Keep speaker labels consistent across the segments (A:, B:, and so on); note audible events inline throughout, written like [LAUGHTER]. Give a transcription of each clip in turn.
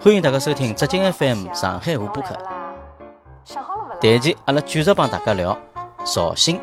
A: 欢迎大家收听浙江 FM 上海话播客。
B: 但
A: 这期阿拉继续帮大家聊绍兴，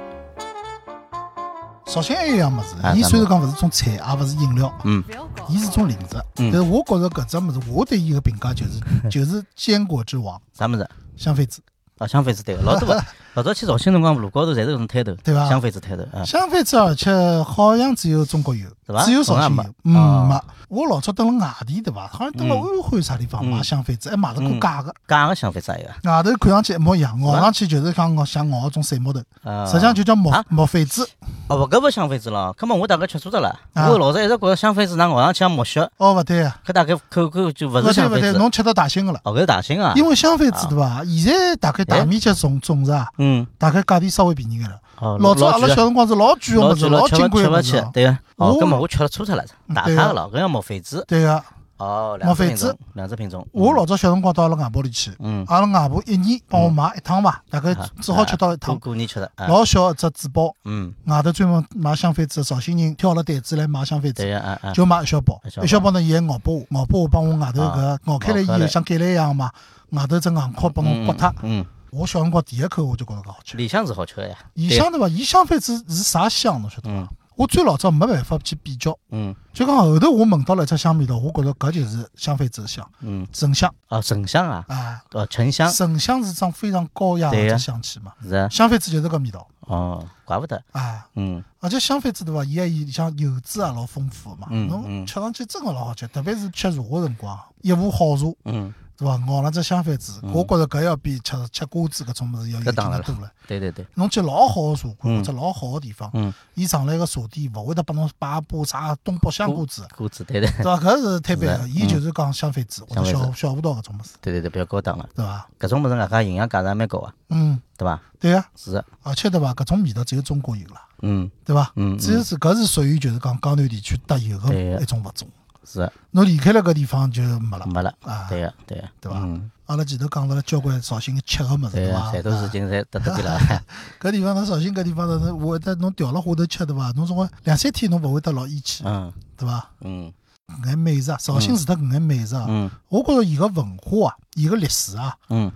C: 绍兴还有一样物事
A: 啊，
C: 伊
A: 啥
C: 虽
A: 物
C: 然讲勿是种菜，也勿是饮料，
A: 嗯，
C: 伊是种零食。
A: 嗯
C: 但是我觉着搿只物事，我对伊个评价就
A: [LAUGHS]
C: 是就是坚果之王
A: 啥么子？
C: 香妃子。
A: 啊，香妃子对个，老多
C: [LAUGHS]
A: 个老早去绍兴辰光，路高头侪是搿种摊头，
C: 对伐
A: 香妃子摊头啊，
C: 香妃子，而且好像只有中国有
A: 对伐，
C: 只有绍兴有
A: 从来。没
C: 嗯，
A: 啊
C: 没。我老早蹲了外地，对伐？好像蹲了安徽啥地方
A: 嗯
C: 买香妃子，还哎买了过假个，
A: 假个香妃子也有啊
C: 外头看上去一模一样，
A: 伐
C: 咬上去就是像像咬一种水木头，
A: 啊。
C: 实际上就叫木
A: 啊
C: 木妃子。
A: 哦勿搿勿香妃子了，搿么我大概吃错脱了。
C: 啊
A: 我老早一直觉着香妃子，㑚咬上去像木屑，
C: 哦，勿对啊，
A: 搿大概口口就勿
C: 勿
A: 是
C: 对
A: 香
C: 勿
A: 妃
C: 对，
A: 子。
C: 侬吃到大兴个了。
A: 哦，搿是大兴啊。
C: 因为香妃子对伐？现在大概
A: 哎
C: 大面积种种植啊，
A: 嗯，
C: 大概价钿稍微便宜眼了。
A: 哦，
C: 老早阿
A: 老
C: 拉
A: 贵
C: 小辰光是老贵个
A: 老
C: 物事，
A: 久
C: 老
A: 了，吃
C: 金
A: 勿
C: 贵
A: 吃
C: 个
A: 勿
C: 物事
A: 起
C: 啊。，
A: 对个。哦，
C: 我
A: 搿么我吃了错脱了，大
C: 对
A: 咖
C: 啊
A: 个了，搿叫木妃子。
C: 对个，
A: 哦，两只
C: 木
A: 品
C: 妃子
A: 种，两只品种。
C: 我
A: 嗯
C: 老早小辰光到阿拉外婆里去，
A: 嗯，
C: 阿拉外婆一年帮我买一趟吧，大概
A: 啊
C: 只好吃到
A: 过
C: 一趟。
A: 过年吃的。啊
C: 老小一只纸包，
A: 嗯，
C: 外头专门卖香妃子，绍兴人挑了担子来买香妃
A: 对
C: 子，
A: 个啊啊。
C: 就买一小包
A: 一小，包
C: 一小包呢伊还咬拨我，咬拨我帮我外头
A: 啊
C: 搿咬开来以
A: 咬开来
C: 后像橄榄一样嘛，外头只硬壳帮我剥脱。
A: 嗯，嗯
C: 我小辰光第一口我就觉着搿好吃，
A: 里向是好吃的呀。
C: 伊
A: 对
C: 香对伐？伊香妃子是啥香侬晓得伐？啊
A: 嗯
C: 我最老早没办法去比较，
A: 嗯
C: 就讲后头我闻到了一只香味道，我觉着搿就是香妃子的香，
A: 嗯，
C: 沉香
A: 哦，沉香啊，
C: 啊，
A: 哦，沉香
C: 沉香是桩非常高雅的
A: 对
C: 一
A: 呀
C: 只香气嘛，
A: 是啊，
C: 香妃子就是搿味道
A: 哦，怪不得，
C: 啊。
A: 嗯
C: 而且香妃子对伐？伊还有像油脂也老丰富的嘛，
A: 嗯
C: 侬
A: 嗯
C: 吃上去真个老好吃，特别是吃茶个辰光，一壶好茶
A: 嗯，
C: 对伐？熬了只香妃子，我觉着搿要比吃吃瓜子搿种物事要有
A: 搿
C: 劲
A: 当然
C: 得
A: 了
C: 多了。
A: 对对对，
C: 侬去老好个茶馆
A: 嗯
C: 或者老好个地方
A: 嗯，
C: 伊上来个茶店勿会得帮侬摆一把啥东北香瓜子，
A: 果子对对
C: 对伐？搿是太
A: 是
C: 板
A: 的嗯
C: 个，伊就是讲香妃子或
A: 香
C: 者
A: 妃
C: 小
A: 子
C: 小葡萄搿种物事，
A: 对对对，比较高档了，
C: 对伐？
A: 搿种物事外加营养价值还蛮高啊，
C: 嗯，
A: 对伐？
C: 对呀、
A: 是的，
C: 而且对伐？搿种味道只有中国有啦，
A: 嗯
C: 对伐？
A: 嗯
C: 只有是搿是属于就是讲江南地区特有
A: 对呀嗯
C: 的一种物种，
A: 是的，
C: 侬离开了搿地方就没了。
A: 没了，
C: 啊
A: 对个对个，
C: 对吧
A: 嗯，
C: 阿拉前头讲到了交关绍兴个吃个物事，
A: 对个，
C: 伐？
A: 侪都是
C: 啊
A: 今侪得得点了，
C: [LAUGHS] 搿地方侬绍兴搿地方头，侬会得侬调了花头吃，对伐？侬总归两三天侬勿会得老厌弃，
A: 嗯
C: 对伐？
A: 嗯
C: 搿眼美食啊，绍兴除脱搿眼美食啊，
A: 嗯
C: 我觉着伊个文化啊，伊个历史啊，
A: 嗯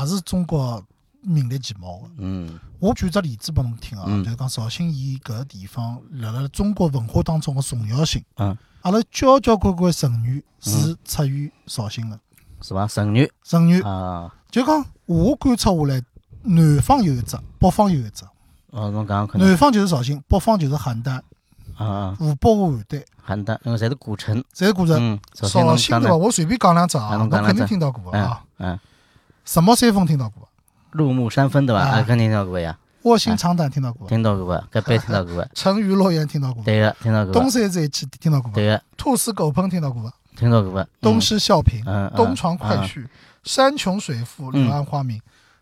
C: 也是中国名列前茅个。
A: 嗯
C: 我举只例子拨侬听啊，
A: 嗯
C: 就是讲绍兴伊搿个地方辣辣中国文化当中个重要性。
A: 嗯，
C: 阿拉交交关关成语是出于绍兴个
A: 是伐？成语
C: 成语，
A: 啊，
C: 就讲我观察下来，南方有一只，北方有一只。
A: 哦，侬讲可能
C: 南方就是绍兴，北方就是邯郸、
A: 啊啊，
C: 湖北和
A: 邯
C: 邯郸，
A: 郸，因为侪是古城，
C: 侪是古城。
A: 嗯，绍兴
C: 绍
A: 侬
C: 兴
A: 讲
C: 对
A: 的
C: 伐？，我随便讲两只
A: 啊
C: 啊，
A: 侬
C: 侬
A: 讲
C: 肯
A: 两
C: 定
A: 只
C: 听到过
A: 嗯
C: 啊。
A: 嗯，
C: 什么山峰听到过伐？
A: 入木三分对伐？
C: 啊
A: 啊，肯定听到过呀，
C: 卧
A: 哎
C: 薪尝胆听到过伐？
A: 听到过伐？搿辈听到过
C: [LAUGHS]
A: 伐？
C: 沉鱼落雁听到过伐？
A: 对个，听到过伐
C: 嗯东？山再起听到过伐？
A: 对个，
C: 兔死狗烹听到过伐？啊
A: 听到过伐？
C: 东施效颦
A: 嗯嗯、
C: 东床快婿、山穷水复、
A: 嗯
C: 柳暗花明，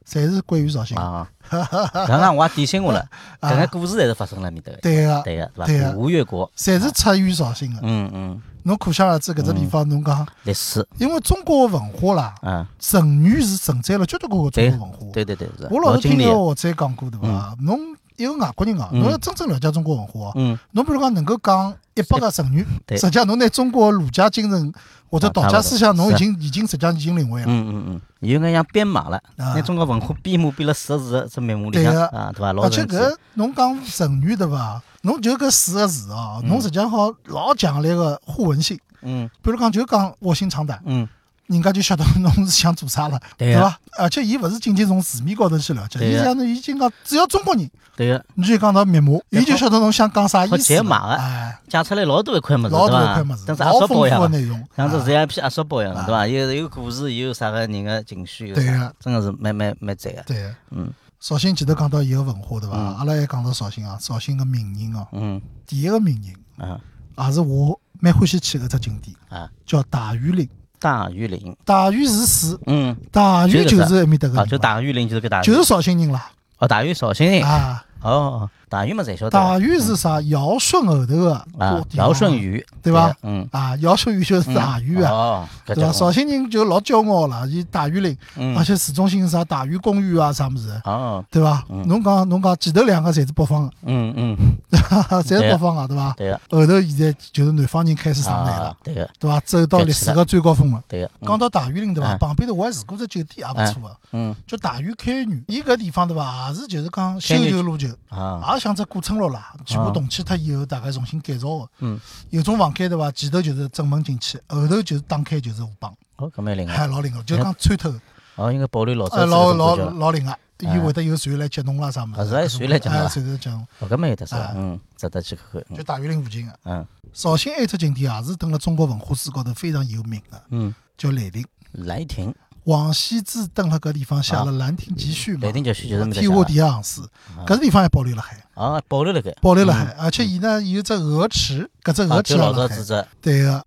C: 侪是归于绍兴
A: 嗯。
C: [LAUGHS]
A: 啊，刚刚我也点醒我了，搿眼故事侪是发生辣面头的，
C: 啊对个，
A: 对个，对啊
C: 对啊
A: 伐？
C: 个
A: 吴越国，
C: 侪是出于绍兴个。
A: 嗯嗯，
C: 侬可想而知，搿只地方侬讲，
A: 历史，
C: 因为中国个文化啦，
A: 嗯，
C: 成语是承载了交交关关
A: 对
C: 中国文化。
A: 对对对，是
C: 我老是
A: 经
C: 听
A: 历的，
C: 到学者讲过对伐？侬一个外国人啊，
A: 嗯
C: 侬要真正了解中国文化哦，
A: 嗯，
C: 侬比如讲能够讲一百个成语，
A: 对
C: 实际上侬拿中国儒家精神或者
A: 啊
C: 道
A: 差
C: 家
A: 不多
C: 思想，侬
A: 是
C: 已经已经实际上已经领会了。
A: 嗯嗯嗯，有眼像编码了，
C: 啊
A: 拿中国文化编码编了四个字，这名目里
C: 对
A: 向
C: 个
A: 啊，对伐？老
C: 而且
A: 神奇，
C: 搿侬讲成语对伐？侬就搿四个字哦，侬实际上好老强烈个互文性。
A: 嗯
C: 比如讲，就讲卧薪尝胆，
A: 嗯，
C: 人家就晓得 [LAUGHS] 侬是想做啥了，
A: 对
C: 对
A: 呀
C: 伐？而且伊勿是仅仅从字面高头去了解，
A: 对
C: 伊
A: 呀
C: 相当于已经讲，只要中国人，
A: 对啊个，
C: 你就讲到密码，
A: 对
C: 伊就晓得侬想讲啥意
A: 好
C: 思
A: 解
C: 了。
A: 码的
C: 哎，
A: 借出来老多一块物事，
C: 老
A: 对
C: 多一块
A: 伐
C: 物事？，
A: 像是压
C: 老
A: 缩
C: 丰
A: 包一
C: 富的
A: 样。
C: 内容，
A: 像这
C: 啊
A: VIP 压缩包一样，
C: 啊
A: 对伐？有有故事，有啥个人个情绪，有
C: 对
A: 啥
C: 呀，
A: 真个是蛮蛮蛮赞个。
C: 对。
A: 嗯
C: 绍兴前头讲到一个文化对伐？
A: 嗯
C: 阿拉还讲到绍兴啊，绍兴个名人哦，
A: 嗯
C: 第一个名人
A: 啊
C: 也是我蛮欢喜去个一只景点，
A: 啊，
C: 叫大庾岭。
A: 大庾岭，
C: 大禹是水，
A: 嗯，
C: 大禹就是埃面搭个
A: 啊，
C: 人
A: 就
C: 嘛，
A: 大庾岭就是搿大庾，
C: 就是绍兴人啦
A: 哦，大庾绍兴人，
C: 啊！
A: 哦，大禹嘛，侪晓得
C: 大
A: 个。
C: 禹是啥？尧舜后头个
A: 啊
C: 我，地
A: 尧
C: 方
A: 舜禹，
C: 对伐
A: 嗯，
C: 啊，尧舜禹就是
A: 嗯
C: 大禹啊，
A: 哦，搿
C: 对伐？
A: 叫
C: 绍兴人就老骄傲了，伊大禹岭，
A: 嗯
C: 而，且市中心是啥大禹公园啊，啥物事，
A: 哦，
C: 对伐？侬讲侬讲前头两个侪是北 [LAUGHS] 方
A: 嗯嗯，
C: 的，侪是
A: 对
C: 北方个，对伐？
A: 对个，
C: 后头现在就是南方人开始上来了
A: 啊，，对个，
C: 对伐？走到历史个最高峰了。
A: 对个，嗯
C: 讲到大禹岭对伐？
A: 嗯
C: 旁边头我还住过只酒店，也勿错啊个，
A: 嗯
C: 叫大禹开元。伊搿地方对伐？也是就是讲修
A: 开
C: 旧
A: 元
C: 如旧，
A: 啊，
C: 也像只古村落啦，全部动迁脱以后，大概重新改造个。
A: 嗯，
C: 有种房间对伐？前头就是正门进去，后头就是打开就是河浜，
A: 哦，搿蛮灵
C: 还
A: 个，
C: 老灵个，就是讲穿透的，
A: 哦，应该保留老早
C: 啊呃，
A: 子
C: 老
A: 搿种
C: 老
A: 感觉了，
C: 老灵个。伊会得有船来接侬啦啥物
A: 哎啊
C: 事，
A: 是还船来接侬啊
C: 哎船来接侬，
A: 哦，搿蛮有特色的
C: 哎，
A: 嗯，值得去看看，
C: 就
A: 嗯
C: 大禹岭附近啊个。
A: 嗯
C: 绍兴埃只景点啊也是登了中国文化史高头非常有名个，
A: 嗯，
C: 叫兰亭。
A: 兰亭，
C: 王羲之登了搿地方写
A: 啊
C: 了《兰亭集序》嘛，
A: 兰嗯亭集序就是没得
C: 天下
A: 讲
C: 第一行诗，搿个地方还保留了海，
A: 啊，保留了搿，
C: 保留了海，而且伊呢有只鹅池，搿只
A: 嗯啊，
C: 鹅池
A: 就
C: 也
A: 老
C: 辣
A: 早
C: 海
A: 子，只
C: 对个，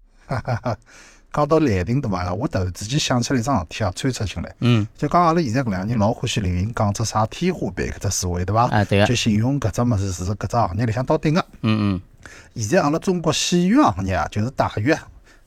B: 讲到兰亭对伐？我突然之间想起来一桩事体啊，穿插进来。
A: 嗯，
B: 就讲阿拉现在搿两年老欢喜流行讲只啥天花板搿只词汇对伐？
A: 啊，对个
B: 就，形容搿只物事是搿只行业里向到顶个。
A: 嗯嗯，
B: 现在阿拉中国戏剧行业啊，就是大约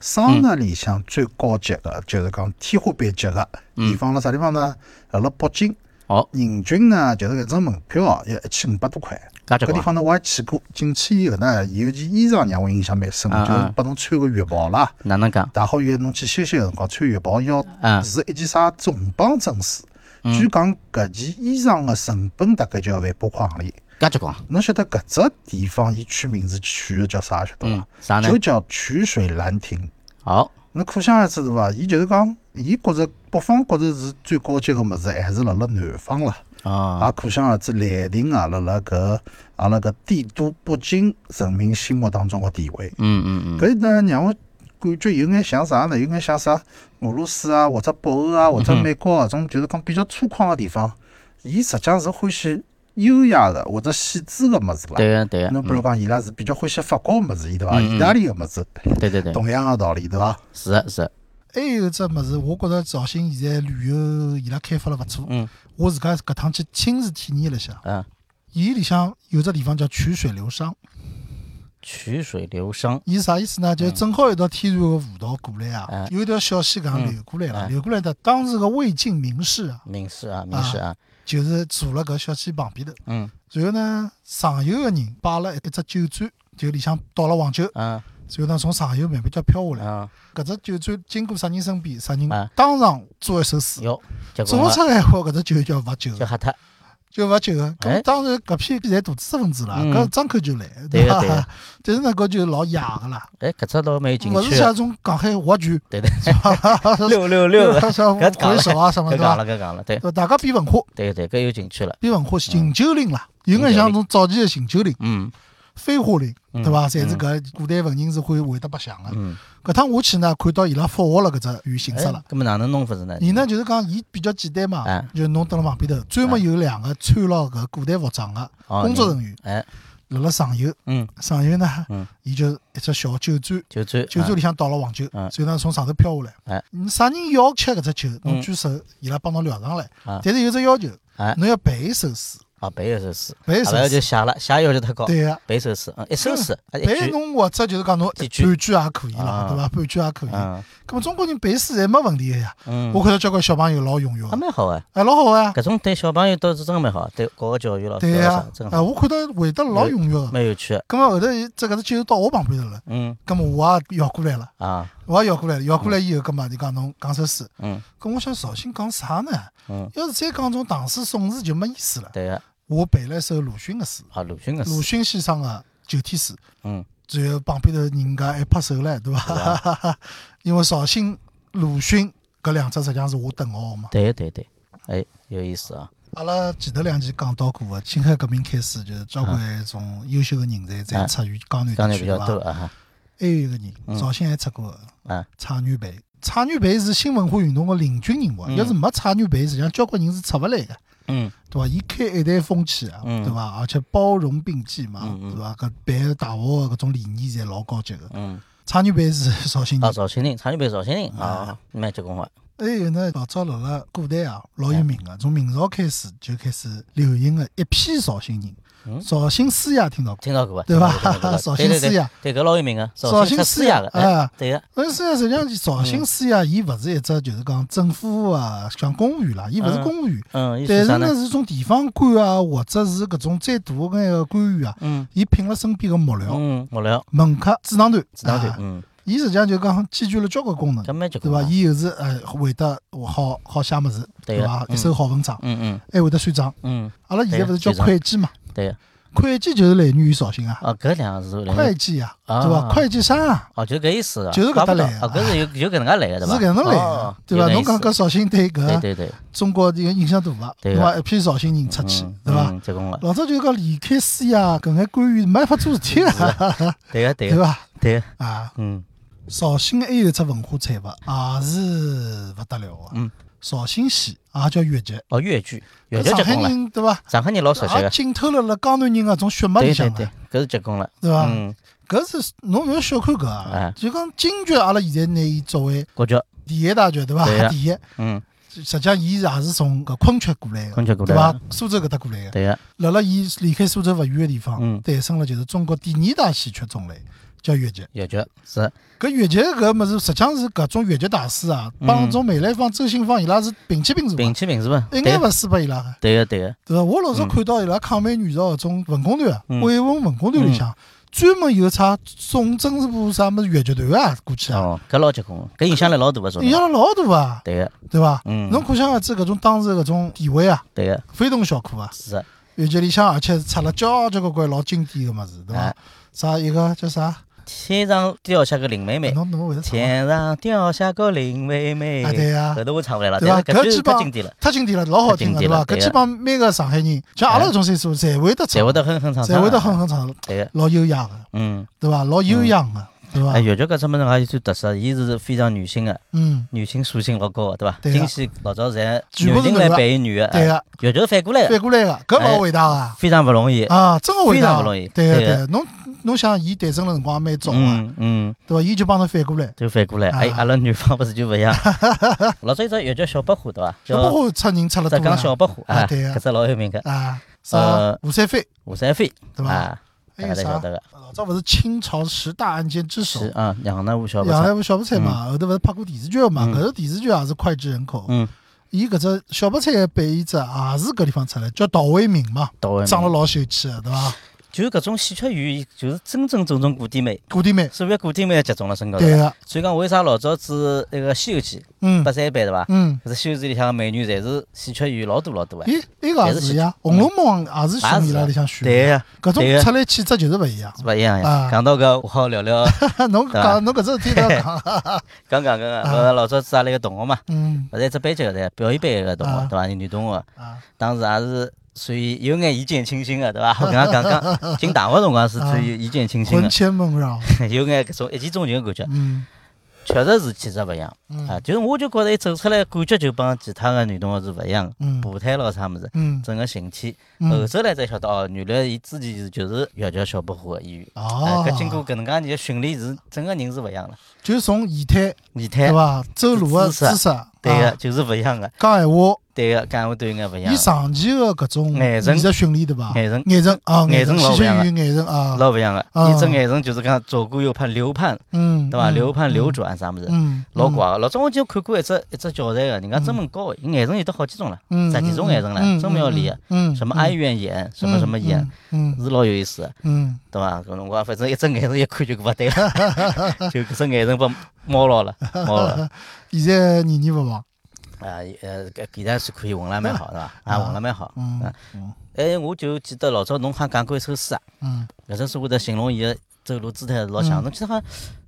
B: 商业里向最高级的，就是讲天花板级的
A: 嗯
B: 地方辣啥地方呢？辣辣北京，
A: 哦，
B: 人均呢就是搿张门票啊，要一千五百多块。
A: 介结
B: 搿地
A: 棍，
B: 方呢，我还去过，进去以后呢，有件衣裳让我印象蛮深的，
A: 嗯
B: 就是
A: 嗯
B: 拨侬穿个浴袍啦。
A: 哪能讲？
B: 大好以后侬去休息个辰光穿浴袍要
A: 嗯
B: 是一件啥重磅正事。据讲搿件衣裳的成本大概就要万把块行钿。
A: 介结棍，
B: 侬晓得搿只地方伊取名字取的叫啥晓得
A: 嗯
B: 伐？，
A: 啥呢
B: 就？叫曲水兰亭。
A: 好，
B: 那可想而知对伐？伊就是讲，伊觉着北方觉着是最高级个物事，还是辣辣南方啦。
A: 哦，
B: 也可想而知，兰亭啊，辣辣搿阿拉搿帝都北京人民心目当中个地位。
A: 嗯嗯嗯，
B: 搿呢让我感觉有眼像啥呢？有眼像啥俄罗斯啊，或者北欧
A: 嗯
B: 啊，或者美国啊，种就是讲比较粗犷个地方，伊实际上是欢喜优雅个或者细致个物事啦。
A: 对个对个，
B: 侬比
A: 嗯
B: 如讲，伊拉是比较欢喜法国个物事，伊对伐？
A: 嗯嗯
B: 意大利个物事，
A: 对对对，
B: 同样个道理，对伐？
A: 是的是的，啊
C: 还有一只物事，我觉着绍兴现在旅游伊拉开发了勿错，
A: 嗯
C: 我自家搿趟去亲自体验了一下，
A: 啊，
C: 伊里向有只地方叫曲水流觞，
A: 曲水流觞，
C: 伊啥意思呢？就是正好一条天然个河道过来啊
A: 嗯，
C: 有一条小溪搿样流过来
A: 嗯
C: 了，流过来的当时个魏晋名士啊，
A: 名士啊名士啊，
C: 就是住了搿小溪旁边头。
A: 嗯
C: 然后呢，上游个人摆了一只酒盏，就里向倒了黄酒，
A: 啊
C: 然后呢从上游慢慢叫飘下来。
A: 啊，
C: 搿只酒盏经过啥人身边，啥人
A: 啊
C: 当场做一首诗。
A: 哟，结棍
C: 做
A: 了，
C: 出来后，搿只酒叫罚酒，
A: 就吓他，
C: 就罚酒。
A: 哎
C: 咁当然搿批侪大知识分子啦，
A: 嗯
C: 搿张口就来，
A: 对个对
C: 伐
A: 个？
C: 但是呢，搿就老野个啦，
A: 哎，搿只倒蛮有情
C: 勿是
A: 趣的，
C: 像种港海划拳，
A: 对对，[LAUGHS]
C: 六
A: 六六六，搿 [LAUGHS]
C: 像
A: 搿讲
C: 回
A: 了
C: 手啊什么
A: 搿
C: 对
A: 讲了
C: 伐？
A: 搿讲了，对
C: 对 [LAUGHS] 大家比文化，
A: 对对，搿有情趣了，
C: 比文化，行酒令啦，有眼
A: 行酒
C: 像
A: 令
C: 种早期的行酒令、
A: 嗯
C: 飞花令，
A: 嗯
C: 对伐？侪是
A: 嗯
C: 搿古代文人是会会得白相个。
A: 嗯，
C: 搿趟我去呢，看到伊拉复活了搿只鱼形
A: 哎
C: 式了。，
A: 搿么哪能弄法子呢？
C: 伊呢就是讲，伊比较简单嘛
A: 哎，
C: 就侬蹲辣旁边头，专门有两个穿了搿古代服装个
A: 哦
C: 工作人员
A: 哎，
C: 辣辣上游，
A: 嗯，
C: 上游呢
A: 嗯，
C: 伊就一只小酒盏，
A: 就这，
C: 酒
A: 啊
C: 盏里向倒了黄酒，
A: 嗯
C: 然后呢从上头飘下来
A: 哎。
C: 你啥人要吃搿只酒，侬
A: 嗯
C: 举手，伊拉帮侬撩上来
A: 啊。
C: 但是有只要求，
A: 哎，
C: 侬要背一首诗，
A: 啊，背一首诗，
C: 背一
A: 啊
C: 首
A: 不要就
C: 诗，
A: 写了，写要求太高，
C: 对个。
A: 背一首诗，嗯，一首诗，啊一
C: 背
A: 句，
C: 侬或者就是讲侬
A: 一
C: 半
A: 句
C: 句也可以啦，
A: 啊
C: 对伐？半句也可以。
A: 嗯
C: 咁么中国人背诗侪没问题个呀。
A: 嗯，
C: 我看到交关小朋友老踊跃
A: 还，蛮好啊。
C: 哎，老好啊。
A: 搿种对小朋友倒是真的蛮好，啊对搞个教育咯，
C: 对
A: 搞个
C: 呀
A: 啥，真
C: 啊，
A: 好，
C: 我看到会得老踊跃个。
A: 蛮有趣的。
C: 咁啊么后头伊这搿只酒到我旁边头了，
A: 嗯
C: 咁么我也摇过来了，
A: 啊，
C: 我也摇过来了，摇过来以后，咁么就讲侬讲首诗。
A: 嗯
C: 咁我想绍兴讲啥呢？
A: 嗯，
C: 要是再讲种唐诗宋词就没意思了。
A: 对个，
C: 我背了一首鲁迅个诗，
A: 啊，鲁迅个诗，
C: 鲁迅先生个九天诗。
A: 嗯，
C: 然后旁边头人家还拍手唻，对伐？ [LAUGHS] 因为绍兴、鲁迅搿两只实际上是我等号的嘛。
A: 对对对，哎，有意思啊，
C: 阿拉前头两期讲到过个，辛亥革命开始就是交
A: 嗯
C: 关种优秀的人才在
A: 啊
C: 出于江南
A: 讲的
C: 地区，
A: 比较
C: 对伐？
A: 多嗯啊，
C: 还有一个人，绍兴还出过个
A: 啊，
C: 蔡元培。蔡元培是新文化运动个领军人物，啊
A: 嗯
C: 要是没蔡元培，实际上交关人是出勿来个，
A: 嗯
C: 对伐？伊开一代风气啊，
A: 嗯
C: 对伐？而且包容并济嘛，
A: 嗯嗯
C: 对伐？搿办大学个搿种理念侪老高级个。
A: 嗯，
C: 蔡元培是绍兴人
A: 啊，，绍兴人，常州被绍兴人啊，蛮结棍个，
C: 还有呢，老早辣啊
A: 嗯
C: 辣古代啊，老有名个，从明朝开始就开始流行个一批绍兴人，
A: 嗯
C: 绍兴师爷听到过。
A: 听到过伐？
C: 对吧
A: 听到过听到
C: [LAUGHS]
A: 过
C: 绍兴
A: 对对对
C: 师爷
A: 对搿老有名个，
C: 绍
A: 绍
C: 兴
A: 兴出
C: 师
A: 师
C: 爷
A: 爷个，
C: 哎
A: 哎，对个，
C: 但是实际上，绍兴师爷伊勿是一只就是讲政府啊，像公务员啦，伊勿是公务员，
A: 嗯，伊
C: 但
A: 是啥
C: 是
A: 呢
C: 呢？是种地方官啊，或者是搿种再大个眼个官员啊，
A: 嗯
C: 伊聘了身边个幕僚、
A: 嗯，幕僚、
C: 门客、智囊团，
A: 指导
C: 啊
A: 团，嗯，
C: 伊实际上就讲兼具了交关功能
A: 搿，蛮结
C: 对
A: 棍啊
C: 伐？
A: 个，
C: 伊又是哎会得好好写物事，
A: 对
C: 对
A: 个
C: 伐？一
A: 嗯
C: 手好文章，
A: 嗯嗯
C: 还会得算账。
A: 嗯，
C: 阿拉现在勿是叫
A: 对算账
C: 会计嘛？
A: 对个，
C: 会计就是来源于绍兴啊，
A: 哦，搿两个字是，
C: 会计啊，
A: 啊
C: 对伐？会计啥啊？
A: 哦，就搿意思啊，
C: 就是搿搭
A: 怪不得
C: 来的
A: 哦，搿是有有搿能介来个，
C: 是
A: 对伐？
C: 搿能来
A: 哦
C: 的，对伐？
A: 有
C: 侬
A: 意思
C: 讲搿啊绍兴对搿
A: 对对对，
C: 中国这个影响大伐？
A: 对啊
C: 对
A: 个
C: 伐？一批绍兴人出去，对伐？
A: 嗯？结棍了，
C: 老早就讲离开师爷搿眼官员没法做事体啊，
A: 对个对
C: [LAUGHS] 对
A: 个
C: 伐？
A: 对个，
C: 啊，
A: 嗯
C: 绍兴还有一只文化产物也是勿得了啊
A: 嗯。
C: 绍兴戏也叫越剧，
A: 哦，越剧，越剧
C: 上
A: 结
C: 海
A: 棍了，
C: 人对啊伐？
A: 上海人老熟悉
C: 也
A: 个，
C: 浸透了辣江南人搿种血脉里
A: 对对
C: 向
A: 对
C: 的，，
A: 搿是结棍了，
C: 对伐？
A: 嗯，
C: 搿是侬勿要小看搿啊
A: 哎，
C: 就讲京剧，阿拉现在拿伊作为
A: 国剧，
C: 第一大剧，对伐
A: 对？呀
C: [LAUGHS] 第一，
A: 嗯，
C: 实际上伊也是从搿昆曲过来的，
A: 昆曲过
C: 对
A: 来
C: 伐
A: 的，？
C: 苏州搿搭过来的。
A: 对啊个，
C: 辣辣伊离开苏州勿远的地方
A: 嗯，
C: 诞生了就是中国第二大戏曲种类，叫越剧。
A: 越剧是，
C: 搿越剧搿物事，实际上是搿种越剧大师啊，
A: 嗯
C: 帮种梅兰芳、周信芳伊拉是平起平坐的
A: 摒，弃名字嘛，
C: 一
A: 对
C: 眼
A: 个
C: 勿输拨伊拉个。
A: 对啊个对个，
C: 对伐？我老早
A: 嗯
C: 看到伊拉抗美援朝搿种文工团啊，
A: 嗯
C: 慰问文工团里向专门有啥总政治部啥么子越剧团啊，过去啊，
A: 哦，搿老结棍了，搿影响力老大个，说
C: 影
A: 明
C: 响了老大啊，
A: 对个
C: 对伐？
A: 嗯
C: 侬可想而知搿种当时搿种地位啊，
A: 对个
C: 非同小可啊。
A: 是的，
C: 越剧里向而且是出了交交关关老经典个物事，对伐
A: 哎？
C: 啥一个叫啥？
A: 天上掉下个林妹妹。
C: 侬侬
A: [LAUGHS]
C: 会得唱伐？
A: 天上掉下个林妹妹，
C: 啊对呀
A: 后头我唱不来了，
C: 对伐？
A: 但是搿
C: 搿
A: 句
C: 基
A: 是太
C: 本上
A: 经典了，
C: 太经典了，老好听
A: 太
C: 个，
A: 经典
C: 伐？
A: 了对哎
C: 搿
A: 呀
C: 基本上每个上海人，像阿拉搿种岁数，侪会得
A: 侪
C: 唱
A: 会，得哼哼唱唱，
C: 侪会得哼，哼唱，
A: 对个，
C: 老优雅个，
A: 嗯，
C: 对伐？老悠扬个，对伐
A: 哎，？越剧搿只物事还有最特色，伊是非常女性个，啊
C: 嗯，
A: 女性属性老高啊个，对伐？
C: 对呀
A: 京戏老早侪
C: 全部是
A: 男人
C: 男
A: 来
C: 的
A: 扮演女个，
C: 对
A: 哎
C: 个。
A: 越剧反过来
C: 反
A: 的，
C: 过来个，搿老伟大啊！
A: 非常不容易，
C: 啊，真个伟大
A: 非
C: 啊，
A: 常不容易
C: 对个
A: 对
C: 对
A: 个
C: 个，侬侬想，伊诞生了辰光也蛮早啊，
A: 嗯嗯，
C: 对伐？伊就帮侬反过来。
A: 就反过来，哎，
C: 啊
A: 阿拉南方不是就勿一
C: [LAUGHS]
A: 样，老早有只越剧小白虎，对伐？
C: 小白
A: 叫
C: 虎出人出了多
A: 浙江小
C: 了
A: 白虎，
C: 啊
A: 哎
C: 对呀
A: 搿只老有名个，
C: 啊，啥
A: 呃
C: 吴三飞，
A: 吴三飞，
C: 对哎伐？
A: 啊，
C: 还
A: 大
C: 有
A: 家侪晓
C: 啥？
A: 得个，
C: 老早勿是清朝十大案件之首哎
A: 是，啊，杨乃武小白
C: 杨
A: 菜，
C: 乃武小白菜嘛，后头勿是拍过电视剧个嘛？
A: 嗯
C: 搿个电视剧也是脍炙人口。
A: 嗯，
C: 伊搿只小白菜个扮演者也是搿地方出来，叫陶慧敏嘛，
A: 到位。
C: 长了老秀气个，对伐？
A: 就是搿种戏曲语言，就是真真正正古典美，
C: 古典美，
A: 所谓古典美集中了身高头。
C: 对个，
A: 所以讲，为啥老早子那个《西游记》
C: 嗯
A: 八三版对伐？
C: 嗯，
A: 搿是《西游记》里向个美女，侪是戏曲语言老多老多个。哎
C: 伊伊个也是呀，《红楼梦》也是选伊拉里向选
A: 对
C: 的，
A: 呀，
C: 搿种
A: 对呀
C: 出来气质就是勿一样。
A: 勿一样
C: 啊
A: 呀。讲到搿，我好聊
C: [LAUGHS]
A: 聊
C: 侬
A: 对吧
C: 讲侬搿只事体要
A: [LAUGHS]
C: 讲，
A: 刚刚搿个，
C: 啊
A: 我老早子阿拉一个同学嘛，
C: 嗯
A: 勿是一只班级个对，表演班一个同
C: 啊
A: 学对伐？女同学，
C: 啊，
A: 当时也是属于有眼一见倾心个对
C: [LAUGHS]
A: 伐？我跟他讲讲，进大学辰光是
C: 啊
A: 属于一见倾心 [LAUGHS]
C: 魂牵梦绕，
A: 个，有眼搿种一见钟情个感觉。
C: 嗯
A: 确实是气质勿一样、
C: 嗯
A: 啊！就是我就觉着伊走出来感觉就帮其他个女同学是勿一样的，
C: 嗯
A: 步态咯啥物事，
C: 嗯
A: 整个形体，后
C: 嗯，
A: 头来才晓得哦，原来伊之前就是越剧小白虎个演员。
C: 哦
A: 哎，搿经过搿能介的训练是整个人是勿一样的，
C: 就是从仪态
A: 仪态
C: 对伐，走路个
A: 哎姿势
C: 姿势，
A: 对
C: 个
A: 个，就是勿一样个，
C: 讲闲话，
A: 对个，讲话都有眼勿一样
C: 伊
A: 的，
C: 长期个搿种
A: 眼神
C: 艺术训练对伐？
A: 眼神
C: 眼神啊，眼
A: 眼
C: 神，
A: 神老不
C: 戏剧
A: 一样
C: 演
A: 了
C: 员眼神啊，
A: 老勿一样个。
C: 啊
A: 伊只眼神就是讲左顾右盼流盼，
C: 嗯，
A: 对伐？
C: 嗯
A: 流盼流，转啥物事，
C: 嗯，
A: 老
C: 怪，
A: 怪个。老早我就看过一只一只教材个，啊人家专门教的伊眼神有得好几种了，
C: 嗯，
A: 十几种眼神了，专门要练啊
C: 个，嗯，
A: 个，什么哀怨眼，什么什么眼，
C: 嗯，嗯
A: 是老有意思的，
C: 嗯，
A: 对伐？搿辰光反正一只眼神一看就勿对了，
C: [LAUGHS]
A: 就搿只眼神被猫牢了，猫牢了。
C: 嗯现在年年勿忘，
A: 啊，呃，搿现在是可以混了蛮好，是伐？啊，混了蛮好。
C: 嗯
A: 啊
C: 嗯
A: 哎，我就记得老早侬好像讲过一首诗啊，
C: 嗯，
A: 搿首诗我得形容伊个走路姿态老像，侬记得好像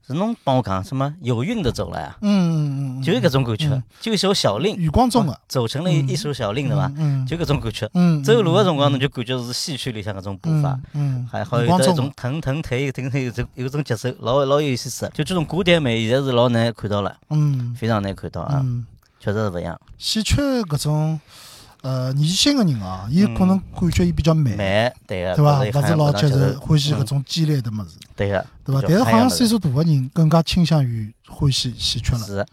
A: 是侬帮我讲什么有韵的走了呀，
C: 嗯嗯嗯，
A: 就是搿种感觉
C: 嗯，
A: 就一首小令，
C: 余光中个，
A: 走成了一首小令，对伐？
C: 嗯，嗯
A: 就搿种感觉，
C: 嗯，
A: 走路个
C: 种
A: 辰光侬就感觉是戏曲里向搿种步伐。
C: 嗯，嗯，
A: 还好
C: 余
A: 有
C: 光
A: 得一
C: 中
A: 种腾腾腿，腾腾有种有种节奏，老老有意思。就这种古典美，现在是老难看到了，
C: 嗯
A: 非常难看到啊，
C: 嗯，
A: 确实是勿一样。
C: 戏曲搿种呃年轻个人啊，伊可
A: 嗯
C: 能感觉伊比较慢，
A: 慢，对啊个，
C: 嗯对伐？
A: 勿
C: 勿是老接
A: 接
C: 受欢喜搿，
A: 嗯
C: 种激烈的物事，
A: 对个，啊
C: 对伐？
A: 比
C: 但
A: 较
C: 是
A: 嗨
C: 好像
A: 的物
C: 岁
A: 事
C: 数大个人更加倾向于欢喜戏曲了，
A: 是，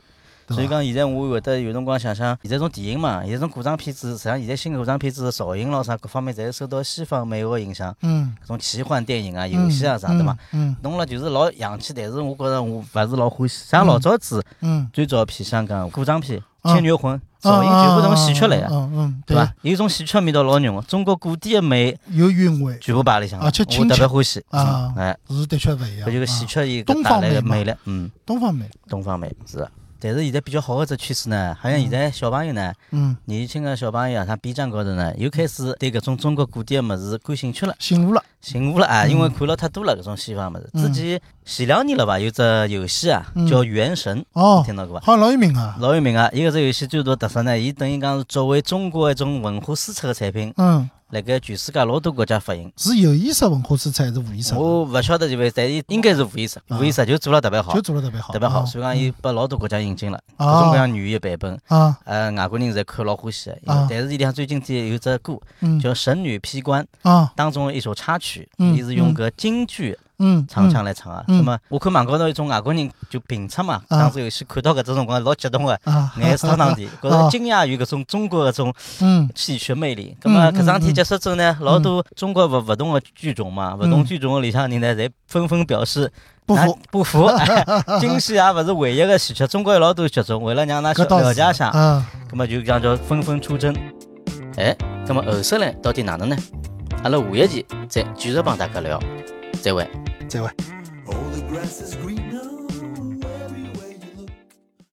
C: 对
A: 所以
C: 伐？
A: 讲，现在我会得有辰光想想，现在种电影嘛，现在种古装片子，实际上现在新的古装片子的造型咯啥各方面，侪是受到西方美学的影响，
C: 嗯，
A: 搿种奇幻电影啊、游戏啊啥对伐？
C: 嗯？
A: 弄了就是老洋气，但是我觉着我勿是老欢喜。像老早子
C: 嗯嗯，
A: 最早片香港古装片《
C: 啊
A: 倩女幽魂》，造型全部从戏曲来的，
C: 嗯嗯，
A: 对
C: 对
A: 伐？有一种戏曲的味道老浓的，中国古典的美
C: 有韵味，
A: 全部摆里向了，
C: 而且
A: 我
C: 亲
A: 特
C: 切
A: 别欢喜。
C: 啊
A: 哎，
C: 是的确勿一样。
A: 搿就是戏
C: 啊
A: 曲伊
C: 东
A: 搿带
C: 方
A: 来的
C: 美嘛
A: 魅力，嗯，
C: 东方美，
A: 东方美是的。但是现在比较好的只趋势呢，好像现在小朋友呢。
C: 嗯，
A: 年轻个小朋友啊，他 B 站高头呢，又开始对搿种中国古典物事感兴趣了，
C: 醒悟了，
A: 醒悟了啊！
C: 嗯
A: 因为看了太多了搿种西方物事。
C: 嗯
A: 之前前两年了吧，有只游戏啊
C: 嗯，
A: 叫《原神》，
C: 哦，
A: 听到过伐？
C: 好像老有名啊，
A: 老有名啊！伊搿只游戏最大的特色呢，伊等于讲是作为中国一种文化输出个产品，
C: 嗯，
A: 辣盖全世界老多国家发行。
C: 是有意识文化资产还是啊无意识？
A: 我勿晓得是勿是，但伊应该是无意识，无意识就做了特别哦好
C: 就，做了特别好，
A: 特别好。
C: 啊
A: 所以讲，伊拨老多国家引进了，各
C: 啊
A: 种各样语言版本，
C: 啊，
A: 呃，外国人侪看老欢喜个。
C: 啊
A: 但是伊里向最经典有只歌
C: 嗯，
A: 叫《神女劈关》。
C: 啊，
A: 当中的一首插曲，
C: 嗯
A: 伊是用搿京剧
C: 嗯，
A: 唱
C: 嗯
A: 腔来唱啊。
C: 嗯
A: 那么我看网高头一种外国人就评测嘛，
C: 啊
A: 当时有些看到搿种辰光老激动个， [LAUGHS]
C: 啊，
A: 眼是淌淌
C: [LAUGHS]
A: 的，觉
C: 啊
A: 着惊讶于搿种中国搿种
C: 嗯
A: 戏曲魅力。那么
C: 嗯
A: 搿桩事
C: 嗯
A: 体结束之后呢，老多中国勿勿同个剧种嘛，勿同
C: 嗯
A: 剧种个里向人呢，侪纷纷表示
C: 不
A: 啊
C: 服，
A: 不服。 [LAUGHS] 京戏也勿是唯一个戏曲，中国有老多剧种，为了让㑚
C: 搿
A: 小
C: 倒
A: 了
C: 是
A: 解一下，
C: 啊，
A: 咁么就讲叫纷纷出征。哎，咁么后首呢到底哪能呢？阿拉下一期再继续帮大家聊，再会。
C: 再会。
D: Oh, the grass is greener